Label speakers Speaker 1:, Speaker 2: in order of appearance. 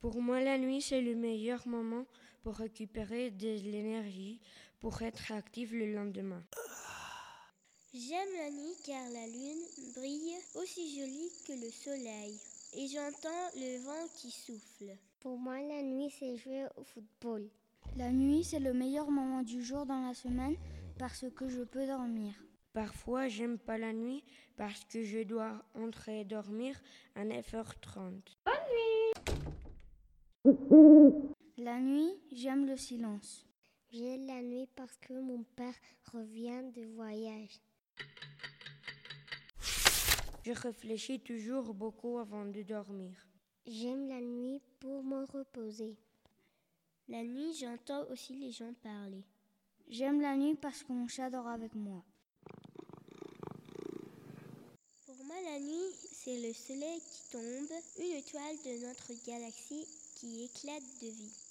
Speaker 1: Pour moi, la nuit, c'est le meilleur moment pour récupérer de l'énergie, pour être actif le lendemain.
Speaker 2: J'aime la nuit car la lune brille aussi jolie que le soleil et j'entends le vent qui souffle.
Speaker 3: Pour moi, la nuit, c'est jouer au football.
Speaker 4: La nuit, c'est le meilleur moment du jour dans la semaine parce que je peux dormir.
Speaker 1: Parfois, j'aime pas la nuit parce que je dois entrer et dormir à 9h30.
Speaker 5: Bonne nuit
Speaker 4: La nuit, j'aime le silence.
Speaker 3: J'aime la nuit parce que mon père revient de voyage.
Speaker 1: Je réfléchis toujours beaucoup avant de dormir.
Speaker 3: J'aime la nuit pour me reposer.
Speaker 2: La nuit, j'entends aussi les gens parler.
Speaker 4: J'aime la nuit parce que mon chat dort avec moi.
Speaker 2: Pour moi, la nuit, c'est le soleil qui tombe, une étoile de notre galaxie qui éclate de vie.